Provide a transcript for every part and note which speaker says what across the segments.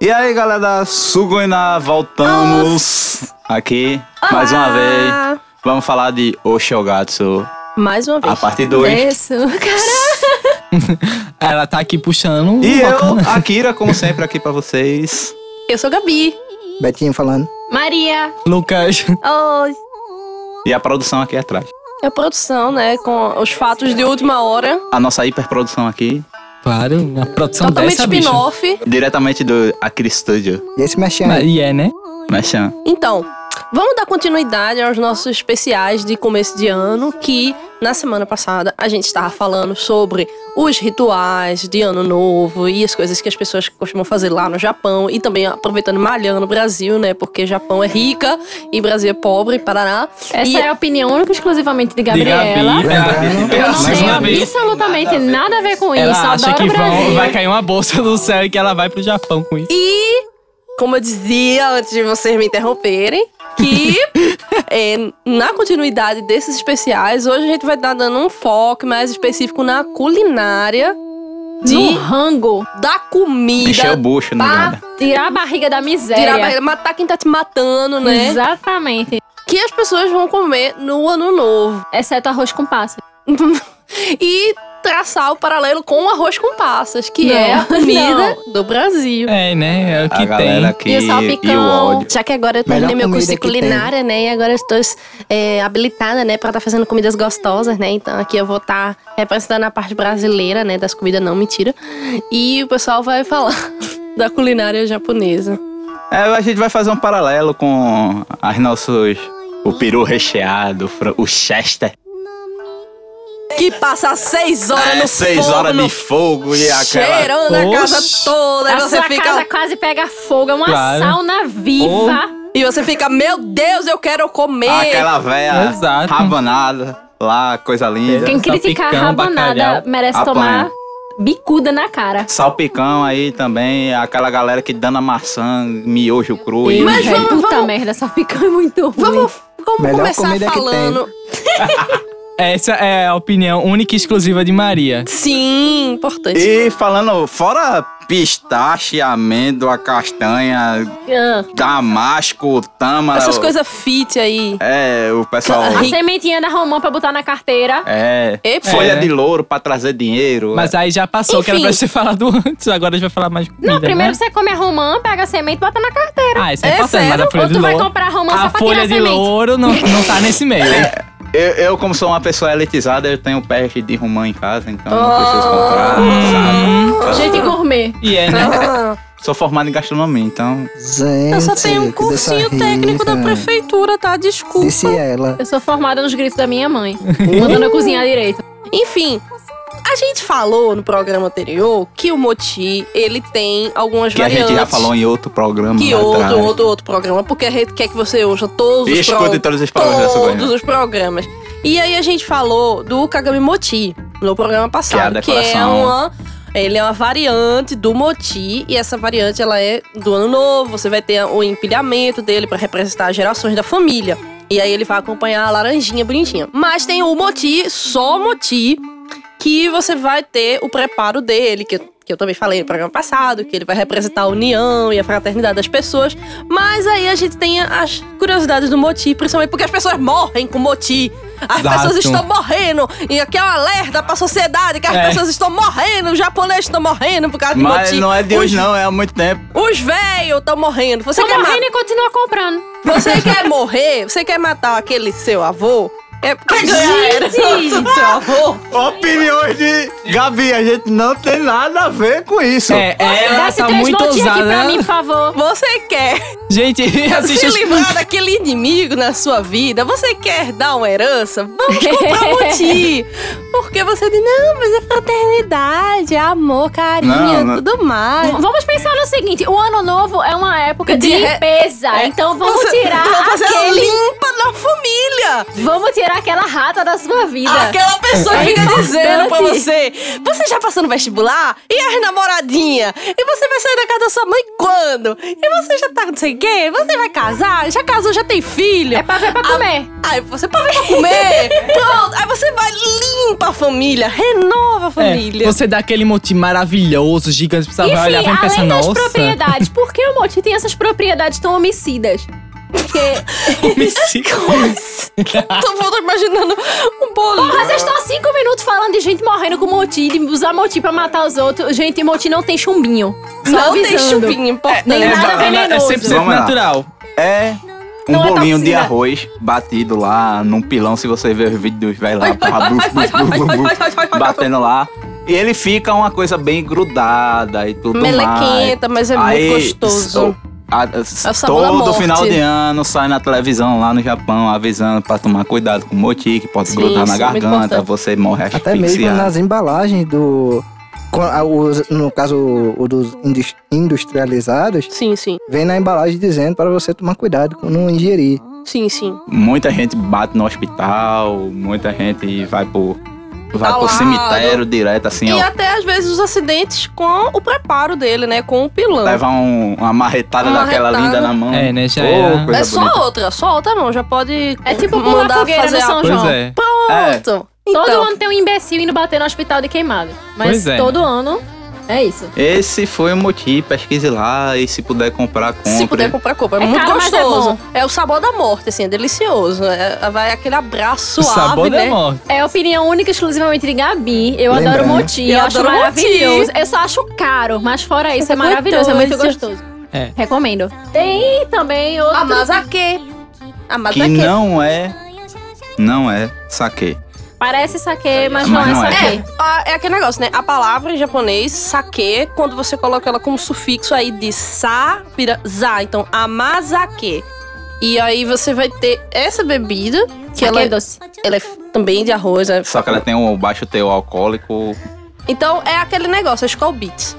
Speaker 1: E aí galera, Sugoiná, voltamos aqui mais uma vez. Vamos falar de Oshogatsu,
Speaker 2: Mais uma vez.
Speaker 1: a parte 2.
Speaker 2: Isso, cara.
Speaker 3: Ela tá aqui puxando. né?
Speaker 1: E
Speaker 3: uma
Speaker 1: eu,
Speaker 3: cana.
Speaker 1: Akira, como sempre, aqui pra vocês.
Speaker 2: Eu sou Gabi.
Speaker 4: Betinho falando.
Speaker 5: Maria.
Speaker 3: Lucas.
Speaker 2: Oh,
Speaker 1: E a produção aqui atrás.
Speaker 2: a produção, né? Com os fatos de última hora.
Speaker 1: A nossa hiperprodução aqui,
Speaker 3: Claro, uma produção
Speaker 2: totalmente
Speaker 3: dessa, bicho.
Speaker 2: spin-off.
Speaker 1: diretamente do Akira Studio,
Speaker 4: E esse mexendo.
Speaker 3: Mas- E é, né?
Speaker 1: Mechan.
Speaker 2: Então, vamos dar continuidade aos nossos especiais de começo de ano, que na semana passada a gente estava falando sobre os rituais de ano novo e as coisas que as pessoas costumam fazer lá no Japão e também aproveitando malhando o Brasil, né? Porque Japão é rica e Brasil é pobre, parará.
Speaker 5: Essa
Speaker 2: E-
Speaker 5: é a opinião única e exclusivamente de Gabriela.
Speaker 3: De Gabi.
Speaker 5: Eu não
Speaker 3: Mais
Speaker 5: tenho
Speaker 3: uma vez.
Speaker 5: absolutamente nada a ver com
Speaker 3: Ela
Speaker 5: isso.
Speaker 3: acha
Speaker 5: Adoro
Speaker 3: que
Speaker 5: o Brasil.
Speaker 3: vão, vai cair uma bolsa do céu e que ela vai pro Japão com isso.
Speaker 2: E, como eu dizia antes de vocês me interromperem, que é, na continuidade desses especiais, hoje a gente vai estar dando um foco mais específico na culinária de,
Speaker 5: No rango.
Speaker 2: da comida.
Speaker 1: Encheu o bucho, né,
Speaker 2: Pá.
Speaker 1: galera?
Speaker 5: Tirar a barriga da miséria.
Speaker 2: Tirar a barriga, matar quem tá te matando, né?
Speaker 5: Exatamente.
Speaker 2: Que as pessoas vão comer no ano novo.
Speaker 5: Exceto arroz com pássaro.
Speaker 2: E traçar o paralelo com o arroz com passas, que
Speaker 5: Não,
Speaker 2: é a comida do Brasil.
Speaker 3: É, né? É o que
Speaker 1: A
Speaker 3: tem.
Speaker 1: galera aqui
Speaker 5: E o
Speaker 1: e,
Speaker 5: salpicão.
Speaker 1: o ódio.
Speaker 2: Já que agora eu
Speaker 4: Melhor
Speaker 2: terminei meu
Speaker 4: comida
Speaker 2: curso de
Speaker 4: que tem.
Speaker 2: culinária, né? E agora eu estou é, habilitada, né? Pra estar fazendo comidas gostosas, né? Então aqui eu vou estar representando a parte brasileira, né? Das comidas, não, mentira. E o pessoal vai falar da culinária japonesa.
Speaker 1: É, a gente vai fazer um paralelo com as nossos. O peru recheado, o fra- o Chester.
Speaker 2: Que passa seis horas
Speaker 1: É, seis horas de fogo e aquela
Speaker 3: Oxe.
Speaker 2: toda.
Speaker 5: a sua casa quase pega fogo. É uma
Speaker 3: Claro.
Speaker 5: sauna viva.
Speaker 2: e você fica, meu Deus, eu quero comer.
Speaker 1: Aquela véia
Speaker 3: Exato.
Speaker 1: rabanada lá, coisa linda.
Speaker 5: Quem criticar a
Speaker 3: Salpicão,
Speaker 5: rabanada
Speaker 3: bacalhau.
Speaker 5: merece
Speaker 1: Apanha.
Speaker 5: tomar bicuda na cara.
Speaker 1: Salpicão aí também, aquela galera que dana maçã, miojo cru. e-
Speaker 2: Mas
Speaker 5: Ei,
Speaker 2: vamos-
Speaker 5: Puta
Speaker 2: vamos-
Speaker 5: merda, salpicão é muito ruim.
Speaker 1: Hum.
Speaker 2: Vamos, vamos
Speaker 4: Melhor
Speaker 2: começar
Speaker 4: comida que tem.
Speaker 2: falando.
Speaker 3: Essa é a opinião única e exclusiva de Maria.
Speaker 2: Sim, importante.
Speaker 1: E falando, fora pistache, amêndoa, castanha,
Speaker 5: Ah,
Speaker 1: damasco, tâmara.
Speaker 2: Essas coisas fit aí.
Speaker 1: É, o pessoal.
Speaker 5: a sementinha da romã pra botar na carteira.
Speaker 1: É.
Speaker 2: Epa.
Speaker 1: Folha
Speaker 3: É.
Speaker 1: de louro pra trazer dinheiro.
Speaker 3: Mas aí já passou, que era
Speaker 2: Enfim.
Speaker 3: pra você falar do antes, agora a gente vai falar mais comida,
Speaker 5: Não, primeiro
Speaker 3: né?
Speaker 5: você come a romã, pega a semente e bota na carteira.
Speaker 3: Ah, isso é,
Speaker 2: É
Speaker 3: importante, mas
Speaker 2: sério?
Speaker 3: a folha
Speaker 5: Ou
Speaker 3: de
Speaker 5: tu vai
Speaker 3: louro-
Speaker 5: comprar romã só
Speaker 3: A
Speaker 5: pra
Speaker 3: folha
Speaker 5: tirar
Speaker 3: de
Speaker 5: semente.
Speaker 3: louro não, não tá nesse meio.
Speaker 1: É, Eu, eu, como sou uma pessoa elitizada, eu tenho peste de romã em casa, então eu não
Speaker 2: Oh.
Speaker 1: preciso comprar,
Speaker 3: Ah.
Speaker 1: sabe?
Speaker 5: Gente gourmet.
Speaker 3: E é, né?
Speaker 1: Sou formado em gastronomia, então.
Speaker 4: é Gente,
Speaker 2: Eu só tenho um
Speaker 4: que dessa
Speaker 2: cursinho técnico da
Speaker 4: rica.
Speaker 2: prefeitura, tá? Desculpa.
Speaker 4: Disse ela.
Speaker 5: Eu sou formada nos gritos da minha mãe.
Speaker 3: Uhum.
Speaker 5: Mandando eu cozinhar direito.
Speaker 2: Enfim, a gente falou no programa anterior que o moti, ele tem algumas
Speaker 1: Que a
Speaker 2: variantes.
Speaker 1: gente já falou em outro programa. tá.
Speaker 2: que
Speaker 1: lá
Speaker 2: outro,
Speaker 1: atrás.
Speaker 2: outro, outro programa, porque a gente quer que você ouça todos os, pro...
Speaker 1: Escute todos os programas dessa
Speaker 2: todos
Speaker 1: manhã.
Speaker 2: os programas. E aí a gente falou do Kagami Moti no programa passado,
Speaker 1: Que é a
Speaker 2: é
Speaker 1: decoração.
Speaker 2: uma ele é uma variante do moti e essa variante ela é do ano novo. Você vai ter o empilhamento dele para representar gerações da família. E aí ele vai acompanhar a laranjinha bonitinha. Mas tem o moti, só moti, que você vai ter o preparo dele, que, que eu também falei no programa passado, que ele vai representar a união e a fraternidade das pessoas. Mas aí a gente tem as curiosidades do moti, principalmente porque as pessoas morrem com moti. As
Speaker 3: Exato.
Speaker 2: pessoas estão morrendo. E aqui é um alerta pra sociedade que as
Speaker 3: É.
Speaker 2: pessoas estão morrendo, os japoneses estão morrendo por causa de
Speaker 1: Mas
Speaker 2: moti.
Speaker 1: não é de hoje,
Speaker 2: os,
Speaker 1: não, é há muito tempo.
Speaker 2: Os velhos estão morrendo. Você
Speaker 5: Tô
Speaker 2: quer, ma-
Speaker 5: morrendo e continua comprando.
Speaker 2: você quer morrer? Você quer matar aquele seu avô? É, quer ganhar a herança do seu avô?
Speaker 1: Opiniões de Gabi, a gente não tem nada a ver com isso.
Speaker 3: É, ela
Speaker 5: Desce
Speaker 3: tá
Speaker 5: três
Speaker 3: muito
Speaker 5: motinhas aqui pra
Speaker 3: ousada.
Speaker 5: mim, por favor.
Speaker 2: Você quer
Speaker 3: Gente, assiste
Speaker 2: se
Speaker 3: os...
Speaker 2: livrar daquele inimigo na sua vida, você quer dar uma herança? Vamos comprar um Moti. Porque você diz, não, mas é fraternidade, é amor, carinho,
Speaker 1: Não, não.
Speaker 2: tudo mais.
Speaker 5: V- Vamos pensar no seguinte: o ano novo é uma época de,
Speaker 2: De re-
Speaker 5: limpeza.
Speaker 2: É.
Speaker 5: Então vamos
Speaker 2: Você-
Speaker 5: tirar
Speaker 2: vamos fazer
Speaker 5: aquele.
Speaker 2: limpa na sua família.
Speaker 5: Vamos tirar aquela rata da sua vida.
Speaker 2: Aquela pessoa que fica dizendo pra
Speaker 5: importante.
Speaker 2: você: Você já passou no vestibular? E as namoradinha? E você vai sair da casa da sua mãe quando? E você já tá não sei o quê? Você vai casar? Já casou, já tem filho?
Speaker 5: É pra ver pra comer.
Speaker 2: Aí você pra ver pra comer. Pronto. Aí você vai, limpa a família, renova a família.
Speaker 3: É,
Speaker 2: assim,
Speaker 3: você dá aquele motim maravilhoso, gigante, pra
Speaker 5: Enfim,
Speaker 3: vai olhar pra mim e pensar,
Speaker 5: além das
Speaker 3: nossa.
Speaker 5: propriedades, por que o Moti tem essas propriedades tão homicidas? Porque.
Speaker 3: homicídio.
Speaker 2: Todo mundo imaginando um bolinho.
Speaker 5: Porra, vocês estão cinco minutos falando de gente morrendo com Moti, de usar Moti pra matar os outros. Gente, Moti não tem chumbinho. Só
Speaker 2: Não tem
Speaker 5: tá avisando.
Speaker 2: chupinha, importante.
Speaker 5: nem nada
Speaker 3: é
Speaker 5: venenoso.
Speaker 3: 100%
Speaker 1: Vamos lá.
Speaker 3: natural.
Speaker 1: É um
Speaker 5: Não é
Speaker 1: bolinho de
Speaker 5: toxina.
Speaker 1: arroz batido lá num pilão, se você ver os vídeos dos velhos lá, porra, buf, buf, buf, buf, buf, batendo lá. E ele fica uma coisa bem grudada e tudo mais.
Speaker 2: Melequenta, mas é muito gostoso. É
Speaker 1: so- a-
Speaker 2: o sabor da
Speaker 1: todo
Speaker 2: morte.
Speaker 1: final de ano sai na televisão lá no Japão avisando pra tomar cuidado com o moti, que pode
Speaker 2: Sim,
Speaker 1: grudar na
Speaker 2: isso é muito
Speaker 1: garganta,
Speaker 2: importante.
Speaker 1: você morre
Speaker 4: Até mesmo
Speaker 1: asfixiado.
Speaker 4: nas embalagens do. com a- os- No caso, o dos indus- industrializados,
Speaker 2: Sim, sim.
Speaker 4: vem na embalagem dizendo para você tomar cuidado com não ingerir.
Speaker 2: Sim, sim.
Speaker 1: Muita gente bate no hospital, muita gente vai pro, vai pro
Speaker 2: Talado.
Speaker 1: cemitério direto assim,
Speaker 2: E
Speaker 1: ó.
Speaker 2: até às vezes os acidentes com o preparo dele, né? Com o pilão.
Speaker 1: Leva um- uma marretada
Speaker 2: Uma
Speaker 1: daquela
Speaker 2: marretada.
Speaker 1: linda na mão.
Speaker 3: É, né, já
Speaker 1: Ô,
Speaker 3: era.
Speaker 1: coisa
Speaker 2: é só
Speaker 1: bonita.
Speaker 2: outra, só outra não. Já pode
Speaker 5: É tipo pular
Speaker 2: mandar
Speaker 5: fogueira
Speaker 2: fazer
Speaker 5: no São
Speaker 2: a...
Speaker 3: Pois
Speaker 5: João.
Speaker 3: é.
Speaker 1: É.
Speaker 2: Pronto.
Speaker 5: Todo
Speaker 2: Então,
Speaker 5: ano tem um imbecil indo bater no hospital de queimado. Mas
Speaker 3: Pois é.
Speaker 5: todo ano é isso.
Speaker 1: Esse foi o motivo, pesquise lá e se puder comprar, compre.
Speaker 2: se puder comprar compra. É,
Speaker 5: É
Speaker 2: muito
Speaker 5: caro, mas é
Speaker 2: gostoso.
Speaker 5: bom.
Speaker 2: É, o sabor da morte, assim, é delicioso. É, vai aquele abraço
Speaker 3: O
Speaker 2: suave,
Speaker 3: sabor
Speaker 2: né?
Speaker 3: da morte.
Speaker 5: É a opinião única e exclusivamente de Gabi. Eu
Speaker 4: Lembrando.
Speaker 5: adoro moti, eu,
Speaker 2: Eu
Speaker 5: acho
Speaker 2: adoro
Speaker 5: maravilhoso. Eu só acho caro, mas fora isso é
Speaker 2: Mas é
Speaker 5: maravilhoso, é muito
Speaker 2: gostoso.
Speaker 5: gostoso.
Speaker 3: É.
Speaker 5: Recomendo. Tem também outro.
Speaker 2: A Mazake. A
Speaker 1: Que
Speaker 2: Mazake.
Speaker 1: não é, não é saque.
Speaker 5: Parece saque, mas,
Speaker 1: Mas
Speaker 5: não,
Speaker 1: não
Speaker 5: é
Speaker 1: é.
Speaker 5: saque.
Speaker 2: É, a- é aquele negócio, né? A palavra em japonês, sake, quando você coloca ela como sufixo aí de sa, vira za. Então, amazake. E aí você vai ter essa bebida, que
Speaker 5: Saque
Speaker 2: ela,
Speaker 5: é doce.
Speaker 2: ela é também de arroz, né?
Speaker 1: Só que ela tem um baixo teor alcoólico.
Speaker 2: Então, é aquele negócio, as Skull Beats.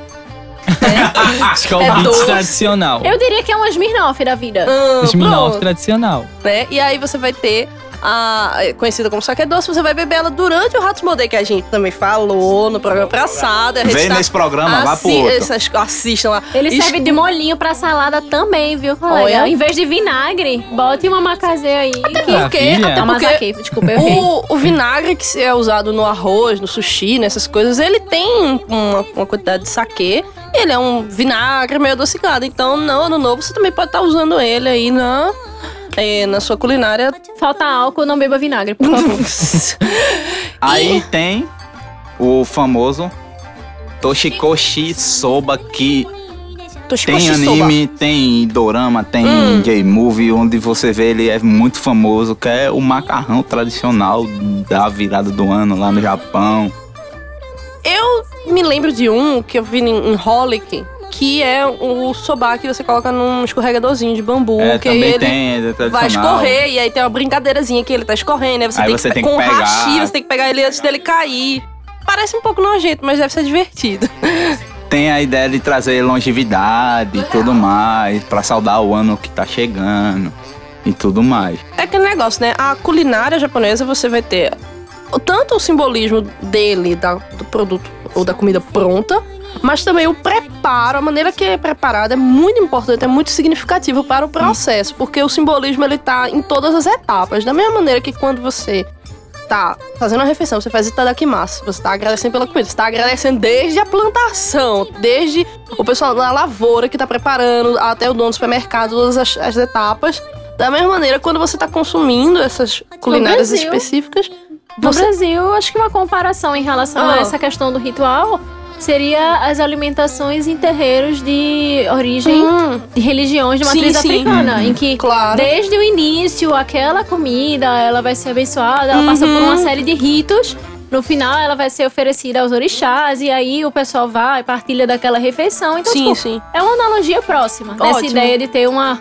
Speaker 3: Acho que é o
Speaker 2: É
Speaker 3: beat
Speaker 2: doce.
Speaker 3: tradicional.
Speaker 5: Eu diria que é um Smirnoff da vida.
Speaker 2: Ah,
Speaker 3: Smirnoff
Speaker 2: pronto,
Speaker 3: tradicional.
Speaker 2: né? E aí você vai ter a é, conhecida como sake doce, você vai beber ela durante o Hatsumodei, que a gente também falou no programa passado. A gente
Speaker 1: Vem
Speaker 2: tá-
Speaker 1: nesse programa, vá pro
Speaker 2: assi-
Speaker 1: outro.
Speaker 2: essas- Assistam lá.
Speaker 5: Ele
Speaker 2: Isso-
Speaker 5: serve de molinho pra salada também, viu, colega?
Speaker 2: Olha.
Speaker 5: Em vez de vinagre, bote uma macazê aí. que-
Speaker 2: porque-
Speaker 3: Maravilha.
Speaker 5: É
Speaker 2: até-
Speaker 5: uma
Speaker 2: porque
Speaker 5: saque, desculpa, eu errei.
Speaker 2: O, o vinagre que é usado no arroz, no sushi, nessas coisas, ele tem uma, uma quantidade de saquê. Ele é um vinagre meio adocicado. Então, no ano novo, você também pode estar usando ele aí na, eh, na sua culinária.
Speaker 5: Falta álcool, não beba vinagre, por favor.
Speaker 1: Aí tem o famoso Toshikoshi Soba que tem
Speaker 2: Toshikoshi soba.
Speaker 1: anime, tem dorama, tem
Speaker 2: Hum.
Speaker 1: J-movie, onde você vê ele é muito famoso, que é o macarrão tradicional da virada do ano lá no Japão.
Speaker 2: Eu me lembro de um que eu vi em, em Holic, que é o soba que você coloca num escorregadorzinho de bambu.
Speaker 1: É,
Speaker 2: que
Speaker 1: também
Speaker 2: ele
Speaker 1: tem, é tradicional.
Speaker 2: Vai escorrer, e aí tem uma brincadeirazinha que ele tá escorrendo, né? Você
Speaker 1: Aí
Speaker 2: tem
Speaker 1: você
Speaker 2: que,
Speaker 1: tem que
Speaker 2: com
Speaker 1: pegar.
Speaker 2: rachi, você tem que pegar ele antes dele cair. Parece um pouco nojento, mas deve ser divertido.
Speaker 1: Tem a ideia de trazer longevidade e tudo mais, pra saudar o ano que tá chegando e tudo mais.
Speaker 2: É aquele negócio, né? A culinária japonesa você vai ter o- tanto o simbolismo dele, da- do produto ou da comida pronta, mas também o preparo, a maneira que é preparada é muito importante, é muito significativo para o processo, porque o simbolismo ele tá em todas as etapas. Da mesma maneira que quando você tá fazendo uma refeição, você faz itadakimasu, você tá agradecendo pela comida, você tá agradecendo desde a plantação, desde o pessoal da lavoura que tá preparando, até o dono do supermercado, todas as- as etapas. Da mesma maneira, quando você tá consumindo essas culinárias
Speaker 5: Brasil.
Speaker 2: específicas,
Speaker 5: No
Speaker 2: você.
Speaker 5: Brasil, acho que uma comparação em relação
Speaker 2: Ah.
Speaker 5: a essa questão do ritual seria as alimentações em terreiros de origem
Speaker 2: Hum,
Speaker 5: de religiões de
Speaker 2: Sim,
Speaker 5: matriz
Speaker 2: sim.
Speaker 5: africana,
Speaker 1: Uhum.
Speaker 5: em que
Speaker 2: claro.
Speaker 5: desde o início aquela comida ela vai ser abençoada, ela passa por
Speaker 2: Uhum.
Speaker 5: uma série de ritos. No final, ela vai ser oferecida aos orixás, e aí o pessoal vai, partilha daquela refeição. Então,
Speaker 2: sim,
Speaker 5: tipo,
Speaker 2: sim.
Speaker 5: é uma analogia próxima dessa
Speaker 2: Ótimo.
Speaker 5: ideia de ter uma, uma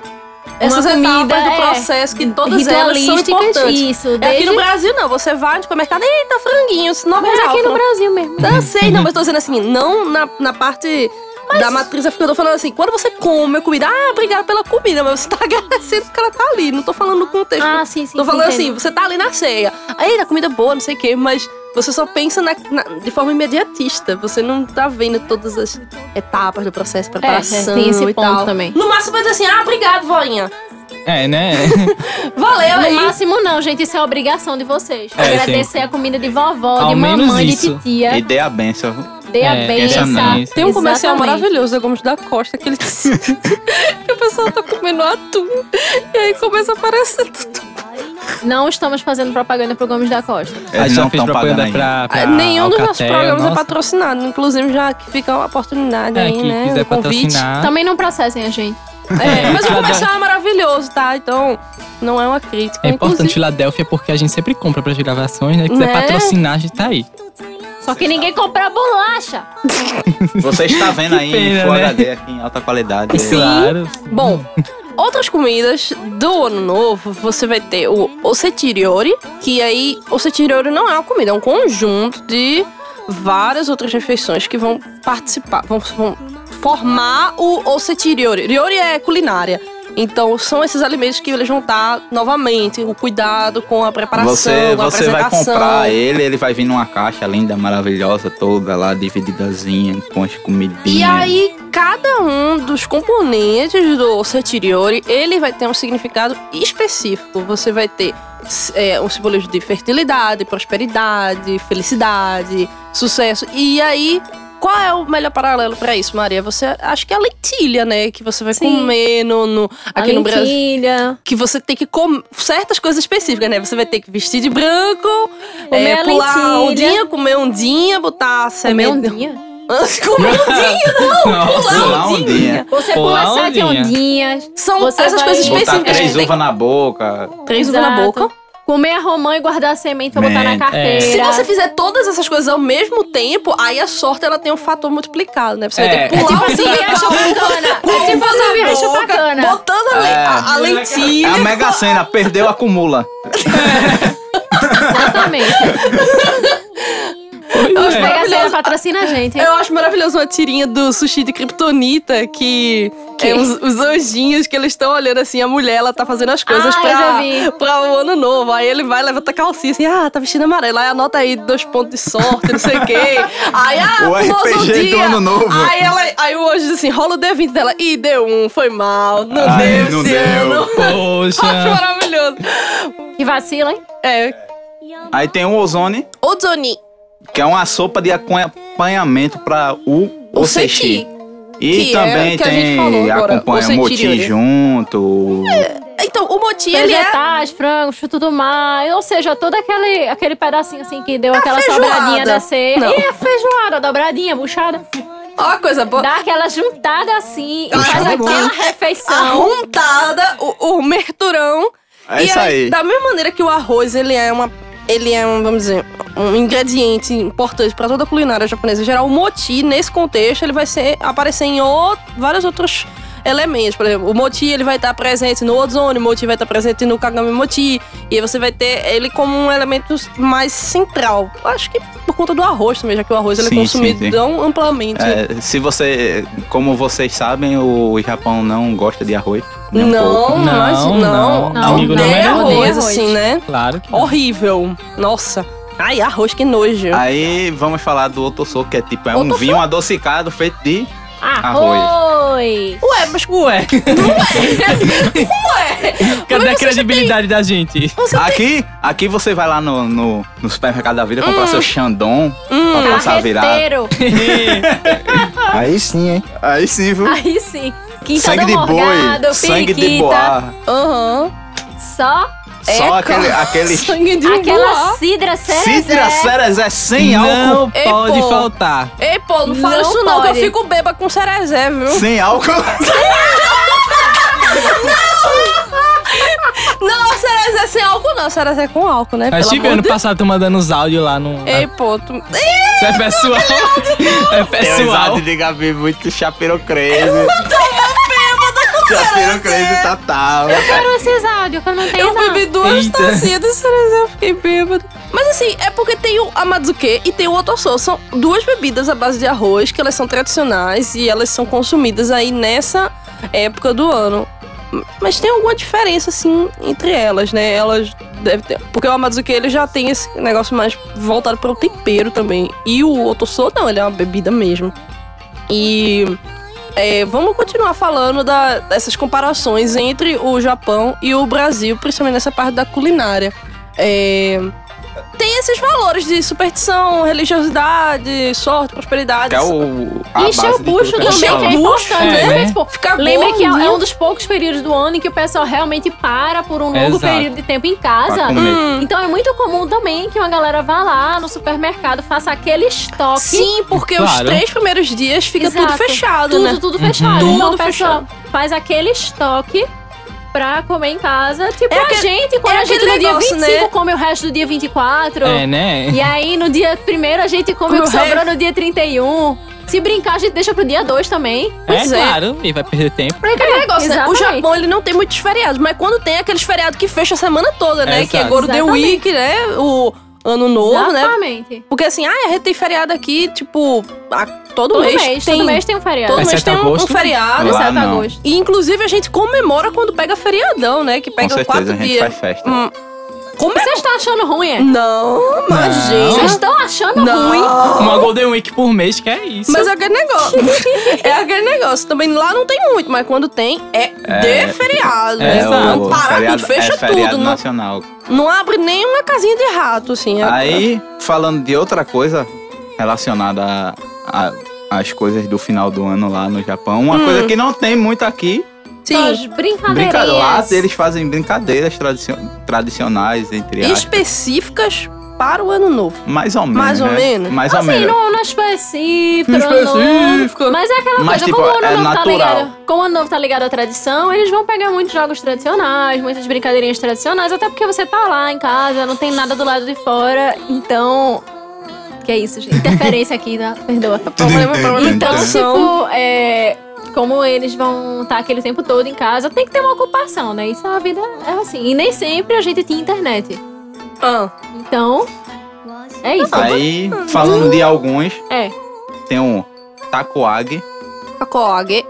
Speaker 2: Essas
Speaker 5: comida
Speaker 2: etapas do
Speaker 5: é,
Speaker 2: processo, que todas elas são
Speaker 5: ritualísticas.
Speaker 2: importantes.
Speaker 5: Isso,
Speaker 2: É aqui
Speaker 5: desde
Speaker 2: no Brasil, não. Você vai no supermercado, eita, franguinhos, 9
Speaker 5: mas
Speaker 2: reais. Tá
Speaker 5: aqui no Brasil mesmo.
Speaker 2: Não sei, não, mas tô dizendo assim, não na, na parte da matriz eu fico falando assim, quando você come a comida, ah, obrigado pela comida, mas você tá agradecendo porque ela tá ali. Não tô falando no contexto.
Speaker 5: Ah, sim, sim.
Speaker 2: tô
Speaker 5: sim,
Speaker 2: falando
Speaker 5: entendo.
Speaker 2: assim, você tá ali na ceia. Eita, comida boa, não sei o quê, mas você só pensa na- na- de forma imediatista. Você não tá vendo todas as etapas do processo, preparação
Speaker 5: tem esse
Speaker 2: e
Speaker 5: ponto
Speaker 2: tal.
Speaker 5: também.
Speaker 2: No máximo vai dizer assim, ah, obrigado, voinha.
Speaker 3: É, né?
Speaker 2: Valeu é
Speaker 5: No
Speaker 2: aí.
Speaker 5: máximo não, gente, isso é obrigação de vocês.
Speaker 3: É,
Speaker 5: Agradecer a comida de vovó,
Speaker 3: Ao
Speaker 5: de
Speaker 3: menos
Speaker 5: mamãe,
Speaker 3: isso.
Speaker 5: de
Speaker 2: É.
Speaker 5: titia.
Speaker 1: E dê a benção.
Speaker 5: Dê a
Speaker 3: É,
Speaker 5: benção.
Speaker 3: essa não.
Speaker 2: Tem um comercial
Speaker 5: Exatamente.
Speaker 2: maravilhoso da Gomes da Costa que ele que o pessoal tá comendo atum e aí começa a aparecer tudo.
Speaker 5: Não estamos fazendo propaganda pro Gomes da Costa.
Speaker 3: a
Speaker 1: É, Eles
Speaker 3: gente
Speaker 1: não
Speaker 3: já fez
Speaker 1: estão pagando
Speaker 3: propaganda
Speaker 1: ainda.
Speaker 3: pra, pra
Speaker 2: Ah, Nenhum dos nossos
Speaker 3: Alcatel,
Speaker 2: programas é
Speaker 3: nossa.
Speaker 2: patrocinado, inclusive já que fica uma oportunidade
Speaker 3: É,
Speaker 2: aí,
Speaker 3: quem
Speaker 2: né?
Speaker 3: quiser
Speaker 2: um convite.
Speaker 3: patrocinar.
Speaker 5: Também não processem a gente.
Speaker 2: É, mas o
Speaker 3: Cada-
Speaker 2: comercial é maravilhoso, tá? Então não é uma crítica.
Speaker 3: É importante
Speaker 2: inclusive,
Speaker 3: Filadélfia porque a gente sempre compra pras gravações, né? Quiser
Speaker 2: Né?
Speaker 3: patrocinar, a gente tá aí.
Speaker 5: Só que ninguém compra bolacha.
Speaker 1: Você está vendo aí
Speaker 3: pena,
Speaker 1: em Full
Speaker 3: né?
Speaker 1: HD aqui em alta qualidade.
Speaker 3: Claro.
Speaker 2: Bom, outras comidas do ano novo, você vai ter o ossetiori, que aí ossetiori não é uma comida, é um conjunto de várias outras refeições que vão participar, vão, vão formar o ossetiori. Riori é culinária. Então, são esses alimentos que eles vão estar novamente, o cuidado com a preparação,
Speaker 1: Você,
Speaker 2: com a
Speaker 1: você vai
Speaker 2: apresentação.
Speaker 1: comprar ele, ele vai vir numa caixa linda, maravilhosa, toda lá, divididazinha, com as comidinhas.
Speaker 2: E aí, cada um dos componentes do Satiriori, ele vai ter um significado específico. Você vai ter é, um simbolismo de fertilidade, prosperidade, felicidade, sucesso. E aí, qual é o melhor paralelo pra isso, Maria? Você acho que é a lentilha, né? Que você vai
Speaker 5: Sim.
Speaker 2: comer no, no- aqui
Speaker 5: a
Speaker 2: no Brasil
Speaker 5: lentilha.
Speaker 2: que você tem que comer certas coisas específicas, né? Você vai ter que vestir de branco,
Speaker 5: Comer
Speaker 2: é,
Speaker 5: a
Speaker 2: pular
Speaker 5: lentilha.
Speaker 2: ondinha, comer ondinha, botar
Speaker 5: Comer
Speaker 2: semente.
Speaker 5: ondinha.
Speaker 2: comer ondinha,
Speaker 3: Nossa.
Speaker 1: Pular
Speaker 2: pular ondinha.
Speaker 1: ondinha.
Speaker 5: Você
Speaker 3: Pular
Speaker 5: pula sete
Speaker 3: ondinha.
Speaker 5: ondinhas.
Speaker 2: São
Speaker 5: Você
Speaker 2: essas
Speaker 5: vai
Speaker 2: coisas
Speaker 1: Botar
Speaker 2: específicas.
Speaker 1: três
Speaker 2: Tem
Speaker 1: uvas na boca.
Speaker 2: três uvas na
Speaker 5: Exato.
Speaker 2: boca.
Speaker 5: Comer a romã e guardar a semente pra
Speaker 3: é.
Speaker 5: botar na
Speaker 1: Man.
Speaker 5: carteira.
Speaker 2: Se você fizer todas essas coisas ao mesmo tempo, aí a sorte ela tem um fator multiplicado, né? Você vai ter que
Speaker 3: É.
Speaker 2: pular
Speaker 5: É tipo
Speaker 2: ondinha,
Speaker 5: assim,
Speaker 2: botar
Speaker 5: acha
Speaker 2: uva,
Speaker 5: bacana.
Speaker 2: pular
Speaker 5: É tipo
Speaker 2: uva
Speaker 5: assim,
Speaker 2: na
Speaker 5: acha
Speaker 2: boca,
Speaker 5: bacana.
Speaker 2: Botando a, le-
Speaker 1: É.
Speaker 2: a- a
Speaker 1: É
Speaker 2: lentilha.
Speaker 1: a mega sena, perdeu, acumula.
Speaker 2: É
Speaker 5: Exatamente.
Speaker 3: Pois é.
Speaker 5: Pega a cena, patrocina a gente. hein?
Speaker 2: Eu acho maravilhoso uma tirinha do sushi de Kryptonita, que,
Speaker 5: Que?
Speaker 2: é os, os anjinhos que eles estão olhando assim, a mulher, ela tá fazendo as coisas
Speaker 5: Ah, eu já vi.
Speaker 2: pra, pra o ano novo. Aí ele vai, levanta a calcinha assim, ah, tá vestindo amarelo. Aí anota aí dois pontos de sorte, não sei o quê. Aí, ah,
Speaker 1: O RPG
Speaker 2: pulou um
Speaker 1: do
Speaker 2: dia.
Speaker 1: ano novo.
Speaker 2: Aí, ela, aí o anjo diz assim, rola o D20 dela. Ih, deu um, foi mal, não
Speaker 1: Ai,
Speaker 2: deu
Speaker 1: não
Speaker 2: esse
Speaker 1: deu.
Speaker 2: ano. Acho
Speaker 3: Poxa.
Speaker 2: maravilhoso.
Speaker 5: Que vacila, hein?
Speaker 2: É,
Speaker 1: Aí tem o ozone,
Speaker 2: Odzoni,
Speaker 1: que é uma sopa de acompanhamento para o
Speaker 2: o
Speaker 1: osechi.
Speaker 2: senti.
Speaker 1: E
Speaker 2: que é
Speaker 1: também
Speaker 2: o que a gente
Speaker 1: tem
Speaker 2: falou agora,
Speaker 1: acompanha
Speaker 2: o
Speaker 1: o
Speaker 2: senti,
Speaker 1: moti
Speaker 2: né?
Speaker 1: junto.
Speaker 2: Então, o moti, ele é
Speaker 5: Vegetais, frangos, fruto do mar. Ou seja, todo aquele, aquele pedacinho assim que deu aquela
Speaker 2: feijoada.
Speaker 5: sobradinha da ceia.
Speaker 2: Não.
Speaker 5: E a feijoada, dobradinha, buchada.
Speaker 2: ó, a coisa boa.
Speaker 5: Dá aquela juntada assim e
Speaker 2: Buchada
Speaker 5: faz
Speaker 2: é bom.
Speaker 5: aquela refeição.
Speaker 2: arruntada, o, o merturão.
Speaker 1: É
Speaker 2: E
Speaker 1: isso aí.
Speaker 2: Da mesma maneira que o arroz, ele é uma. Ele é um, vamos dizer, um ingrediente importante para toda a culinária japonesa. Em geral, o moti, nesse contexto, ele vai ser, aparecer em o- vários outros elementos. Por exemplo, o moti ele vai estar presente no ozone, o moti vai estar presente no kagami moti. E aí você vai ter ele como um elemento mais central. Acho que por conta do arroz também, já que o arroz ele é
Speaker 1: Sim, sim,
Speaker 2: consumido
Speaker 1: sim.
Speaker 2: tão amplamente.
Speaker 1: É, se você, como vocês sabem, o Japão não gosta de arroz. nem um pouco.
Speaker 2: Não,
Speaker 3: pouco.
Speaker 2: mas não.
Speaker 3: Não, não.
Speaker 2: não.
Speaker 5: Amigo,
Speaker 3: não
Speaker 2: Odeio
Speaker 3: é
Speaker 2: arroz,
Speaker 5: arroz.
Speaker 2: assim, né?
Speaker 3: Claro que
Speaker 2: Horrível. Nossa. Ai, arroz, que nojo.
Speaker 1: Aí vamos falar do otoso, que é tipo é um
Speaker 2: Otoso?
Speaker 1: vinho adocicado feito de.
Speaker 5: Arroz.
Speaker 2: Ué, mas
Speaker 3: Ué,
Speaker 2: ué.
Speaker 3: cadê a
Speaker 2: você já
Speaker 3: credibilidade da gente?
Speaker 2: Você tem...
Speaker 1: Aqui, aqui você vai lá no, no, no supermercado da vida comprar seu Xandon
Speaker 2: Hum.
Speaker 1: pra passar a virada.
Speaker 5: Carreteiro.
Speaker 4: Aí sim, hein?
Speaker 1: Aí sim, viu?
Speaker 5: Aí sim. Quinta
Speaker 1: sangue
Speaker 5: do
Speaker 1: de
Speaker 5: Morgado,
Speaker 1: boi, sangue de
Speaker 5: periquita.
Speaker 1: boa.
Speaker 2: Aham.
Speaker 5: Só
Speaker 1: Só
Speaker 2: Eca.
Speaker 1: aquele. aquele
Speaker 2: É Sangue de
Speaker 5: aquela
Speaker 2: Aquela...
Speaker 5: cidra
Speaker 1: Citra
Speaker 5: séria.
Speaker 1: Ceres é sem álcool.
Speaker 3: Não
Speaker 2: Ei,
Speaker 3: pode
Speaker 2: pô.
Speaker 3: faltar.
Speaker 2: Ei, pô, não fala
Speaker 5: Não
Speaker 2: isso não, que
Speaker 5: pode.
Speaker 2: eu fico bêbada com cerezé, viu?
Speaker 1: Sem álcool.
Speaker 2: Não, cerezé sem álcool não, cerezé com álcool, né?
Speaker 3: Mas
Speaker 2: Pelo
Speaker 3: tive
Speaker 2: amor
Speaker 3: tipo ano
Speaker 2: de-
Speaker 3: passado tu mandando os áudios lá no.
Speaker 2: Ei, pô, tu... Ei,
Speaker 3: Isso é pessoal. É pessoal.
Speaker 1: um de Gabi muito chapirocrese. Chapirocrese total.
Speaker 5: Quero esses áudios que eu não tenho,
Speaker 2: eu
Speaker 5: não.
Speaker 2: bebi duas
Speaker 3: Eita.
Speaker 2: tacinhas de cerezé, eu fiquei bêbada. Mas assim, é porque tem o amazuke e tem o otosô. São duas bebidas à base de arroz que elas são tradicionais e elas são consumidas aí nessa época do ano. Mas tem alguma diferença, assim, entre elas, né? Elas devem ter... Porque o amazuke, ele já tem esse negócio mais voltado para o tempero também. E o otosô, não, ele é uma bebida mesmo. E... é, vamos continuar falando da- dessas comparações entre o Japão e o Brasil, principalmente nessa parte da culinária. É, tem esses valores de superstição, religiosidade, sorte, prosperidade.
Speaker 1: Que é o. a
Speaker 5: Encher o
Speaker 1: base de
Speaker 5: bucho
Speaker 1: tudo que a gente
Speaker 5: também, que é
Speaker 1: fala.
Speaker 5: importante.
Speaker 3: É,
Speaker 5: né?
Speaker 3: né?
Speaker 5: Tipo,
Speaker 2: Ficar
Speaker 5: Lembre que é,
Speaker 2: gordinho.
Speaker 5: é um dos poucos períodos do ano em que o pessoal realmente para por um longo
Speaker 3: Exato.
Speaker 5: período de tempo em
Speaker 1: Pra
Speaker 5: casa.
Speaker 1: comer.
Speaker 2: Hum,
Speaker 5: Então é muito comum também que uma galera vá lá no supermercado, faça aquele estoque.
Speaker 2: Sim, porque os
Speaker 3: Claro.
Speaker 2: três primeiros dias fica tudo
Speaker 5: Exato.
Speaker 2: fechado,
Speaker 5: Tudo, tá-
Speaker 2: né?
Speaker 5: tudo fechado.
Speaker 2: Tudo
Speaker 5: então o pessoal
Speaker 2: fechado.
Speaker 5: faz aquele estoque pra comer em casa. Tipo,
Speaker 2: É
Speaker 5: a
Speaker 2: aquele-
Speaker 5: gente, quando
Speaker 2: é
Speaker 5: a gente
Speaker 2: aquele
Speaker 5: no dia
Speaker 2: negócio,
Speaker 5: 25
Speaker 2: né?
Speaker 5: come o resto do dia 24.
Speaker 3: É, né?
Speaker 5: E aí no dia primeiro a gente come
Speaker 2: Come
Speaker 5: o que
Speaker 2: o resto.
Speaker 5: sobrou no dia 31. Se brincar, a gente deixa pro dia 2 também.
Speaker 2: Pois
Speaker 3: É,
Speaker 2: é.
Speaker 3: claro. E vai perder tempo.
Speaker 2: É aquele negócio, né? O
Speaker 5: exatamente.
Speaker 2: Japão ele não tem muitos feriados, mas quando tem é aqueles feriados que fecha a semana toda, né? Que é
Speaker 3: Exato.
Speaker 2: Golden Week, né? O Ano Novo, né?
Speaker 5: Exatamente.
Speaker 2: Porque assim, ah, a gente tem feriado aqui, tipo, a- todo,
Speaker 5: Todo
Speaker 2: mês,
Speaker 5: mês,
Speaker 2: tem.
Speaker 5: todo mês tem um feriado.
Speaker 2: todo
Speaker 3: Exceto
Speaker 2: mês tem um, um
Speaker 3: agosto, né?
Speaker 2: feriado.
Speaker 1: Lá
Speaker 5: Exceto
Speaker 1: não.
Speaker 5: agosto.
Speaker 2: E inclusive a gente comemora quando pega feriadão, né? Que
Speaker 1: Com
Speaker 2: pega
Speaker 1: certeza,
Speaker 2: quatro
Speaker 1: a gente
Speaker 2: dias.
Speaker 1: faz festa.
Speaker 2: Hum. Comemora.
Speaker 5: Vocês estão achando ruim, é?
Speaker 2: Não, mas
Speaker 3: Não.
Speaker 5: Vocês
Speaker 2: gente.
Speaker 5: estão achando ruim?
Speaker 3: Uma Golden Week por mês, que é isso.
Speaker 2: Mas é aquele negócio. é aquele negócio. Também lá não tem muito, mas quando tem, é, de feriado.
Speaker 3: é,
Speaker 2: não
Speaker 1: o
Speaker 2: para
Speaker 1: feriado-
Speaker 2: tudo, tá né? fecha
Speaker 1: é feriado
Speaker 2: tudo. Não,
Speaker 1: nacional.
Speaker 2: não abre nem uma casinha de rato, assim. é-
Speaker 1: Aí, falando de outra coisa relacionada a- a- às coisas do final do ano lá no Japão,
Speaker 2: Hum.
Speaker 1: uma coisa que não tem muito aqui.
Speaker 5: As
Speaker 2: Sim.
Speaker 1: Brinca... Lá
Speaker 5: brincadeirinhas.
Speaker 1: eles fazem brincadeiras tradicio- tradicionais, entre aspas.
Speaker 2: Específicas para o ano novo.
Speaker 1: Mais ou menos.
Speaker 2: Mais ou
Speaker 1: né?
Speaker 2: menos?
Speaker 1: Mais ou
Speaker 5: Assim,
Speaker 1: menos.
Speaker 5: não, não é específico,
Speaker 1: Não é
Speaker 5: não.
Speaker 1: específico.
Speaker 5: Mas é aquela
Speaker 1: Mas,
Speaker 5: coisa,
Speaker 1: tipo,
Speaker 5: como o ano
Speaker 1: é
Speaker 5: novo tá
Speaker 1: natural.
Speaker 5: ligado. Como o ano novo tá ligado à tradição, eles vão pegar muitos jogos tradicionais, muitas brincadeirinhas tradicionais, até porque você tá lá em casa, não tem nada do lado de fora, então. Que é isso, gente. Interferência aqui, tá? Perdoa.
Speaker 2: Problema, problema.
Speaker 5: Então,
Speaker 2: Então,
Speaker 5: tipo, é, como eles vão estar aquele tempo todo em casa, tem que ter uma ocupação, né? Isso a vida é assim. E nem sempre a gente tinha internet.
Speaker 2: ah,
Speaker 5: Então, é isso.
Speaker 1: Aí, falando de alguns,
Speaker 5: É.
Speaker 1: tem um Takoagi,
Speaker 2: a Coag.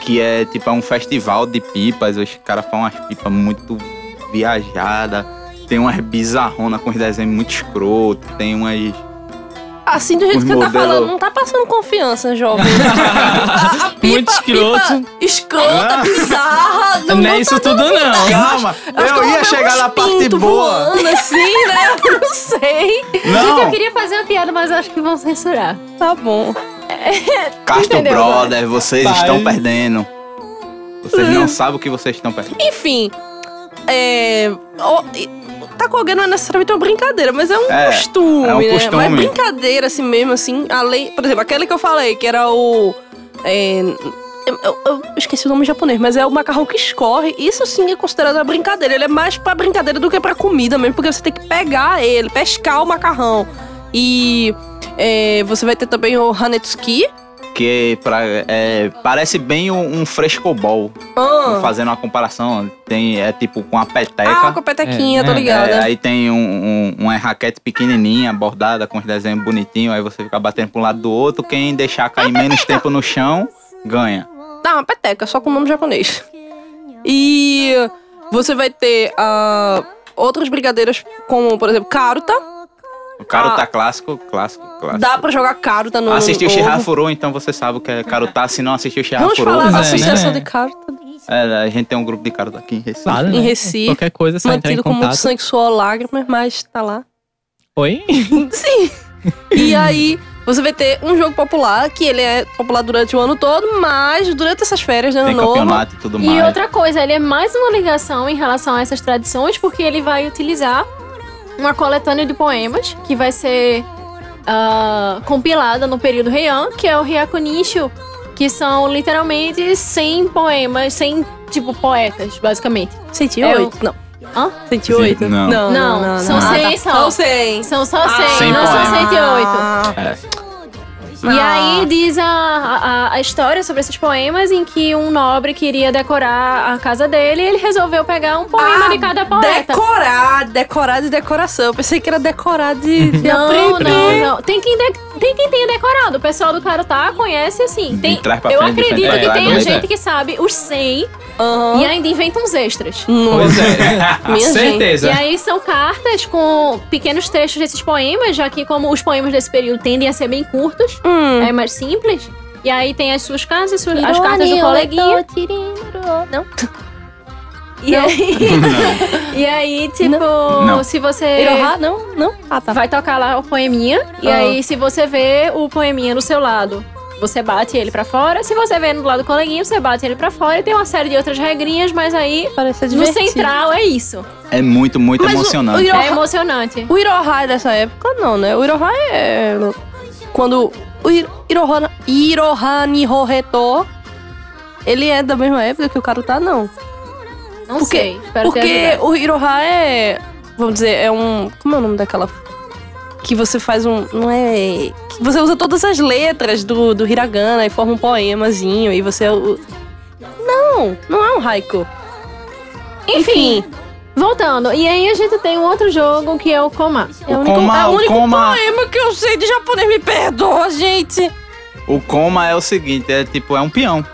Speaker 1: que é tipo é um festival de pipas. Os caras fazem umas pipas muito viajadas. Tem umas bizarronas com os desenhos muito escroto. Tem umas.
Speaker 2: Assim, do jeito
Speaker 1: Os
Speaker 2: que você tá
Speaker 1: modelo-
Speaker 2: falando, não tá passando confiança, jovem. A pipa-
Speaker 3: Muito escroto.
Speaker 2: pipa escrota,
Speaker 1: Ah.
Speaker 2: bizarra. Não,
Speaker 3: não é
Speaker 2: não
Speaker 3: isso tudo, não.
Speaker 1: Calma, eu ia chegar na parte
Speaker 2: pinto
Speaker 1: boa.
Speaker 2: voando assim, né? Eu não sei.
Speaker 5: Gente, eu
Speaker 1: Não,
Speaker 5: queria fazer uma piada, mas eu acho que vão censurar.
Speaker 2: Tá bom.
Speaker 1: Castro
Speaker 5: entendeu,
Speaker 1: Brothers, vocês
Speaker 3: Pai.
Speaker 1: estão perdendo. Vocês não sabem o que vocês estão perdendo.
Speaker 2: Enfim, é. O, e- Takoyaki não é necessariamente uma brincadeira, mas é um
Speaker 1: É,
Speaker 2: costume,
Speaker 1: é um
Speaker 2: né?
Speaker 1: costume.
Speaker 2: Mas brincadeira assim mesmo, assim, além. Por exemplo, aquele que eu falei, que era o. é, eu, eu- eu esqueci o nome em japonês, mas é o macarrão que escorre. Isso sim é considerado uma brincadeira. Ele é mais pra brincadeira do que pra comida mesmo, porque você tem que pegar ele, pescar o macarrão. E é, você vai ter também o Hanetsuki.
Speaker 1: Que pra, é, parece bem um, um frescobol.
Speaker 2: Ah,
Speaker 1: Fazendo uma comparação, tem, é tipo com a peteca.
Speaker 2: ah, com a petequinha, tô
Speaker 3: É, é,
Speaker 2: ligada.
Speaker 1: É, aí tem um, um, uma raquete pequenininha, bordada, com os desenhos bonitinhos. Aí você fica batendo pra um lado do outro. Quem deixar cair menos tempo no chão, ganha.
Speaker 2: Não, Tá, uma peteca, só com o nome japonês. E você vai ter ah, outras brigadeiras, como, por exemplo, Karuta.
Speaker 1: O Karuta
Speaker 2: Ah.
Speaker 1: clássico, clássico, clássico.
Speaker 2: Dá pra jogar Karuta no.
Speaker 1: Assistiu o
Speaker 2: ovo.
Speaker 1: Shihafuru, então você sabe o que é Karuta. Se não assistiu o
Speaker 2: Vamos
Speaker 1: Shihafuru,
Speaker 2: falar da
Speaker 3: né?
Speaker 1: assista.
Speaker 2: associação
Speaker 3: É.
Speaker 2: de Karuta
Speaker 1: É, a gente tem um grupo de Karuta aqui em Recife.
Speaker 3: Claro,
Speaker 2: em
Speaker 3: né?
Speaker 2: Recife.
Speaker 3: Qualquer coisa, só entrar em
Speaker 2: mantido com muito
Speaker 3: contato.
Speaker 2: sangue, suor, lágrimas, mas tá lá.
Speaker 3: Oi?
Speaker 2: Sim. E aí, você vai ter um jogo popular, que ele é popular durante o ano todo, mas durante essas férias de ano
Speaker 1: Tem
Speaker 2: novo.
Speaker 1: campeonato e tudo mais.
Speaker 5: E outra coisa, ele é mais uma ligação em relação a essas tradições, porque ele vai utilizar uma coletânea de poemas que vai ser ah, compilada no período Heian, que é o Hyakunishu, que são literalmente 100 poemas, 100 tipo poetas, basicamente.
Speaker 2: 108? Não.
Speaker 5: Hã?
Speaker 2: 108?
Speaker 1: Não.
Speaker 2: Não,
Speaker 5: É Não, são
Speaker 2: Ah,
Speaker 5: cem
Speaker 2: tá.
Speaker 5: só.
Speaker 2: São 100.
Speaker 3: Ah,
Speaker 5: São só 100,
Speaker 1: 100
Speaker 5: não são
Speaker 1: poemas.
Speaker 5: 108.
Speaker 1: É.
Speaker 5: E
Speaker 2: Ah.
Speaker 5: aí diz a, a, a história sobre esses poemas em que um nobre queria decorar a casa dele e ele resolveu pegar um poema
Speaker 2: Ah,
Speaker 5: de cada poeta.
Speaker 2: Decorar, decorar de decoração. Eu pensei que era decorar de, de
Speaker 5: Não,
Speaker 2: aprender.
Speaker 5: não, não. Tem quem, de- tem quem tenha decorado. O pessoal do Carutá conhece assim. Tem,
Speaker 1: trás Então, é pra
Speaker 5: eu
Speaker 1: frente, de frente
Speaker 5: acredito
Speaker 1: pra
Speaker 5: que
Speaker 1: trás,
Speaker 5: tenha
Speaker 1: né?
Speaker 5: gente que sabe os 100
Speaker 2: Aham.
Speaker 5: e ainda inventa uns extras.
Speaker 3: Pois é.
Speaker 2: Minha
Speaker 3: Certeza.
Speaker 5: E aí são cartas com pequenos trechos desses poemas, já que como os poemas desse período tendem a ser bem curtos,
Speaker 2: Hum.
Speaker 5: é mais simples. E aí tem as suas casas, as, suas, as cartas do coleguinha.
Speaker 2: Não.
Speaker 5: E aí, e aí tipo,
Speaker 1: Não.
Speaker 5: se você
Speaker 2: Iroha? Não, não. Ah, tá.
Speaker 5: vai tocar lá o poeminha, e
Speaker 2: Ah.
Speaker 5: aí se você vê o poeminha no seu lado, você bate ele pra fora. Se você vê no lado do coleguinha, você bate ele pra fora. E tem uma série de outras regrinhas, mas aí
Speaker 2: Parece
Speaker 5: no
Speaker 2: divertido.
Speaker 5: central é isso.
Speaker 1: É muito, muito
Speaker 2: Mas o-
Speaker 1: emocionante.
Speaker 2: o Iroha-
Speaker 5: É emocionante.
Speaker 2: O Iroha é dessa época, não, né? O Iroha é... Quando o Ir- Iroha... Iroha Nihoreto... Ele é da mesma época que o Karuta, não.
Speaker 5: Não
Speaker 2: Porque-
Speaker 5: sei. Espero ter
Speaker 2: Porque
Speaker 5: ajudado.
Speaker 2: o Iroha é... Vamos dizer, é um... Como é o nome daquela... Que você faz um... Não é... que você usa todas as letras do, do hiragana e forma um poemazinho e você... é o- Não! Não é um haiku.
Speaker 5: Enfim, voltando. E aí a gente tem um outro jogo que é o Coma.
Speaker 1: O
Speaker 2: É o único,
Speaker 1: coma-
Speaker 2: é o
Speaker 1: o
Speaker 2: único
Speaker 1: coma-
Speaker 2: poema que eu sei de japonês. Me perdoa, gente.
Speaker 1: O coma é o seguinte, é tipo, é um peão.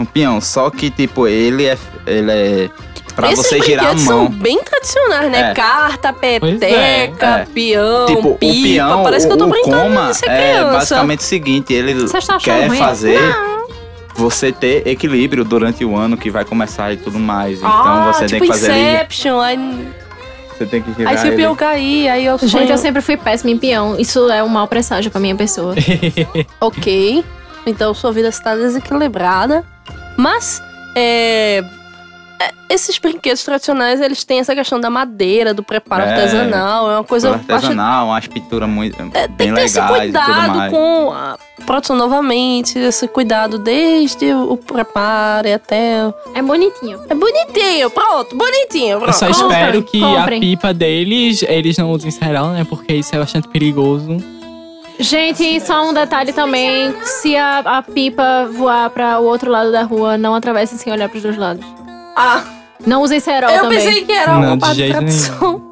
Speaker 1: Um peão, só que tipo, ele é. Ele é. Pra
Speaker 2: Esses
Speaker 1: você girar a
Speaker 2: brinquedos
Speaker 1: mão.
Speaker 2: são bem tradicionais, né?
Speaker 1: É.
Speaker 2: Carta, peteca,
Speaker 1: é.
Speaker 2: peão,
Speaker 1: Tipo, o
Speaker 2: pipa.
Speaker 1: peão,
Speaker 2: Parece que eu tô
Speaker 1: o, o
Speaker 2: brincando
Speaker 1: coma
Speaker 2: de ser
Speaker 1: é
Speaker 2: criança.
Speaker 1: basicamente o seguinte, ele
Speaker 5: Vocês tá achando
Speaker 1: quer
Speaker 5: ruim?
Speaker 1: fazer você ter equilíbrio durante o ano que vai começar e tudo mais. Então
Speaker 2: ah,
Speaker 1: você
Speaker 2: tipo
Speaker 1: tem que fazer ele,
Speaker 2: Inception, aí,
Speaker 1: você tem que girar
Speaker 2: aí se o
Speaker 1: ele.
Speaker 2: peão cair, aí eu sonho.
Speaker 5: Gente, eu sempre fui péssima em peão. Isso é um mau presságio pra minha pessoa.
Speaker 2: Ok, então sua vida está desequilibrada, mas é, é, esses brinquedos tradicionais, eles têm essa questão da madeira, do preparo
Speaker 1: É,
Speaker 2: artesanal, é uma coisa... eu acho- É,
Speaker 1: artesanal, umas pinturas muito
Speaker 2: tem
Speaker 1: bem
Speaker 2: que ter esse
Speaker 1: legais e tudo
Speaker 2: cuidado
Speaker 1: mais.
Speaker 2: com a produção novamente, esse cuidado desde o o preparo e até. o-
Speaker 5: É bonitinho.
Speaker 2: É bonitinho, pronto, bonitinho,
Speaker 3: Eu
Speaker 2: pronto.
Speaker 3: só
Speaker 5: Comprem,
Speaker 3: espero que
Speaker 5: comprem.
Speaker 3: a pipa deles, eles não usem cerol, né? Porque isso é bastante perigoso.
Speaker 5: Gente, só um detalhe também. Se a, a pipa voar pra o outro lado da rua, não atravessem sem olhar pros dois lados.
Speaker 2: Ah,
Speaker 5: Não usem cerol
Speaker 2: eu
Speaker 5: também.
Speaker 2: pensei que era
Speaker 3: Não,
Speaker 2: uma
Speaker 3: de jeito
Speaker 2: tradição.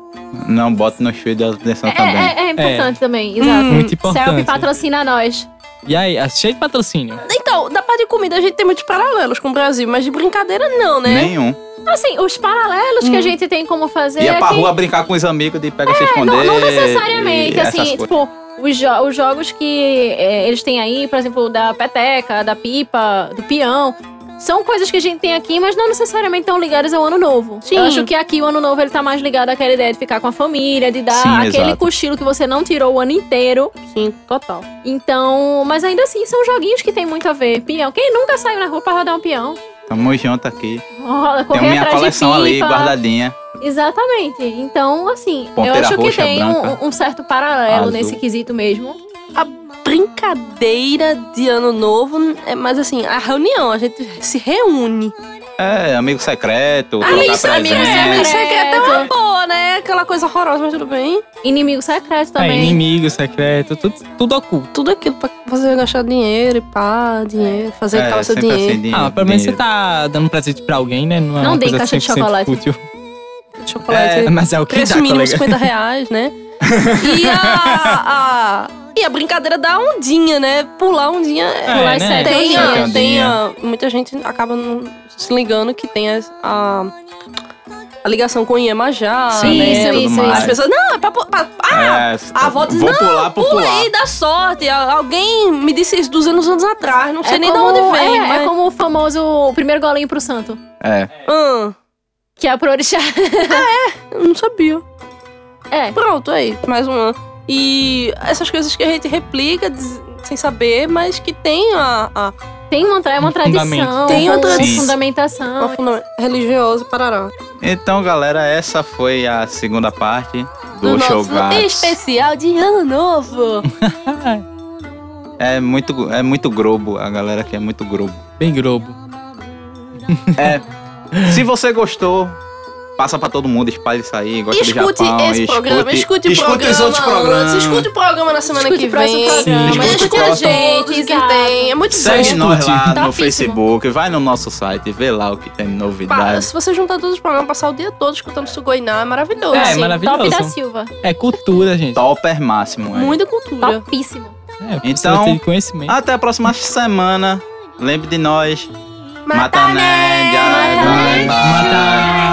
Speaker 1: Não, bota no fio de atenção
Speaker 5: É,
Speaker 1: também.
Speaker 5: é- é importante também, exato.
Speaker 3: Muito importante.
Speaker 5: Selfie patrocina nós.
Speaker 3: E aí, é cheio de patrocínio.
Speaker 2: Então, da parte de comida a gente tem muitos paralelos com o Brasil, mas de brincadeira não, né?
Speaker 1: Nenhum.
Speaker 5: Assim, os paralelos que a gente tem como fazer
Speaker 1: Hum. Ia
Speaker 5: é
Speaker 1: pra
Speaker 5: que-
Speaker 1: rua brincar com os amigos de pega
Speaker 2: É,
Speaker 1: se esconder.
Speaker 5: Não, não
Speaker 1: e
Speaker 5: necessariamente,
Speaker 1: essas
Speaker 5: assim,
Speaker 1: coisas.
Speaker 5: tipo, os, jo- os jogos que é, eles têm aí, por exemplo, da peteca, da pipa, do peão, são coisas que a gente tem aqui, mas não necessariamente estão ligadas ao ano novo.
Speaker 2: Sim.
Speaker 5: Eu acho que aqui o ano novo ele tá mais ligado àquela ideia de ficar com a família, de dar
Speaker 1: Sim,
Speaker 5: aquele
Speaker 1: exato.
Speaker 5: cochilo que você não tirou o ano inteiro.
Speaker 2: Sim, total.
Speaker 5: Então, mas ainda assim, são joguinhos que tem muito a ver. Peão, quem nunca saiu na rua pra rodar um peão?
Speaker 1: Tamo junto aqui.
Speaker 5: Roda,
Speaker 1: Tem
Speaker 5: correr
Speaker 1: minha
Speaker 5: atrás
Speaker 1: coleção
Speaker 5: de
Speaker 1: ali
Speaker 5: pipa.
Speaker 1: guardadinha.
Speaker 5: Exatamente. Então, assim,
Speaker 1: Ponteira
Speaker 5: eu acho que
Speaker 1: roxa,
Speaker 5: tem
Speaker 1: branca.
Speaker 5: um, um certo paralelo
Speaker 1: Azul.
Speaker 5: nesse quesito mesmo.
Speaker 2: Brincadeira de ano novo, é mais assim, a reunião, a gente se reúne.
Speaker 1: É, amigo secreto,
Speaker 2: Ah,
Speaker 1: trocar
Speaker 2: isso, amigo
Speaker 1: presente.
Speaker 2: secreto. secreto é uma
Speaker 5: Secreto.
Speaker 2: boa, né? Aquela coisa horrorosa, mas tudo bem.
Speaker 5: Inimigo secreto
Speaker 3: É,
Speaker 5: também.
Speaker 3: inimigo, secreto, tudo, tudo oculto.
Speaker 2: tudo aquilo pra você gastar dinheiro e pá, dinheiro, fazer
Speaker 1: É,
Speaker 2: tal seu
Speaker 1: sempre
Speaker 2: dinheiro.
Speaker 1: assim, dinheiro,
Speaker 3: Ah, pelo menos você
Speaker 1: dinheiro.
Speaker 3: tá dando presente pra alguém, né? Não, é
Speaker 5: Não
Speaker 3: uma
Speaker 5: dei
Speaker 3: coisa
Speaker 5: caixa de
Speaker 3: 100%
Speaker 5: chocolate.
Speaker 3: fútil.
Speaker 2: Chocolate.
Speaker 3: É, mas é o que
Speaker 2: preço
Speaker 3: dá,
Speaker 2: mínimo
Speaker 3: colega.
Speaker 2: 50 reais, né? e a, a- E a brincadeira da ondinha, né? Pular ondinha é.
Speaker 5: Pular as
Speaker 3: né?
Speaker 5: sete
Speaker 2: Tem,
Speaker 5: ondinhas.
Speaker 2: a,
Speaker 1: ondinha.
Speaker 2: tem a- Muita gente acaba não se ligando que tem as- a. A ligação com o Iemanjá,
Speaker 1: Sim,
Speaker 2: né?
Speaker 5: isso,
Speaker 1: tudo
Speaker 5: isso,
Speaker 1: mais.
Speaker 5: isso.
Speaker 2: As pessoas, não, é pra... pu- pra- ah,
Speaker 1: É,
Speaker 2: a avó diz,
Speaker 1: vou
Speaker 2: não,
Speaker 1: pular por
Speaker 2: pula
Speaker 1: pular.
Speaker 2: aí, dá sorte. Al- Alguém me disse isso 200 anos atrás, não sei nem de onde vem. né?
Speaker 5: é,
Speaker 2: mas...
Speaker 5: é como o famoso o primeiro golinho pro santo.
Speaker 1: É,
Speaker 2: Hum.
Speaker 5: Que é pro orixá.
Speaker 2: Eu não sabia.
Speaker 5: É.
Speaker 2: Pronto, aí, mais uma. E essas coisas que a gente replica des- sem saber, mas que tem a, a,
Speaker 5: Tem uma, tra- é uma
Speaker 3: Um fundamento.
Speaker 5: tradição.
Speaker 2: Tem uma
Speaker 5: com
Speaker 1: tradição.
Speaker 2: uma
Speaker 5: fundamentação.
Speaker 2: funda religiosa parará.
Speaker 1: então galera, essa foi a segunda parte do,
Speaker 2: Do
Speaker 1: show
Speaker 2: nosso
Speaker 1: Showgats.
Speaker 2: especial de ano novo.
Speaker 1: É muito, é muito grobo, a galera que é muito grobo.
Speaker 3: Bem grobo.
Speaker 1: Se você gostou, Passa pra todo mundo, espalhe isso aí, gosta
Speaker 2: Escute
Speaker 1: do Japão.
Speaker 2: esse programa, escute, o programa.
Speaker 1: os outros programas.
Speaker 2: antes, Escute o programa na semana
Speaker 5: Escute
Speaker 2: que
Speaker 5: o próximo
Speaker 2: vem.
Speaker 5: programa,
Speaker 3: Sim.
Speaker 2: Mas
Speaker 1: escute
Speaker 2: escute
Speaker 1: o
Speaker 2: a
Speaker 1: próximo.
Speaker 2: gente, o que
Speaker 5: Exato.
Speaker 2: tem. É muito
Speaker 1: Segue
Speaker 2: bom.
Speaker 1: nós lá
Speaker 5: Topíssimo.
Speaker 1: no Facebook, vai no nosso site, vê lá o que tem de
Speaker 2: Pá,
Speaker 1: novidade.
Speaker 2: Se você juntar todos os programas, passar o dia todo escutando Sugoiná, é maravilhoso.
Speaker 3: É,
Speaker 5: Sim,
Speaker 3: maravilhoso.
Speaker 5: Top da Silva.
Speaker 3: É cultura, gente.
Speaker 1: Topper máximo. é.
Speaker 2: Muita cultura.
Speaker 5: Topíssimo.
Speaker 3: É,
Speaker 1: Então-
Speaker 3: então, tem conhecimento.
Speaker 1: Até a próxima semana. Lembre de nós.
Speaker 2: Matané!
Speaker 1: Matané, guys. Bye, bye.
Speaker 3: Mata.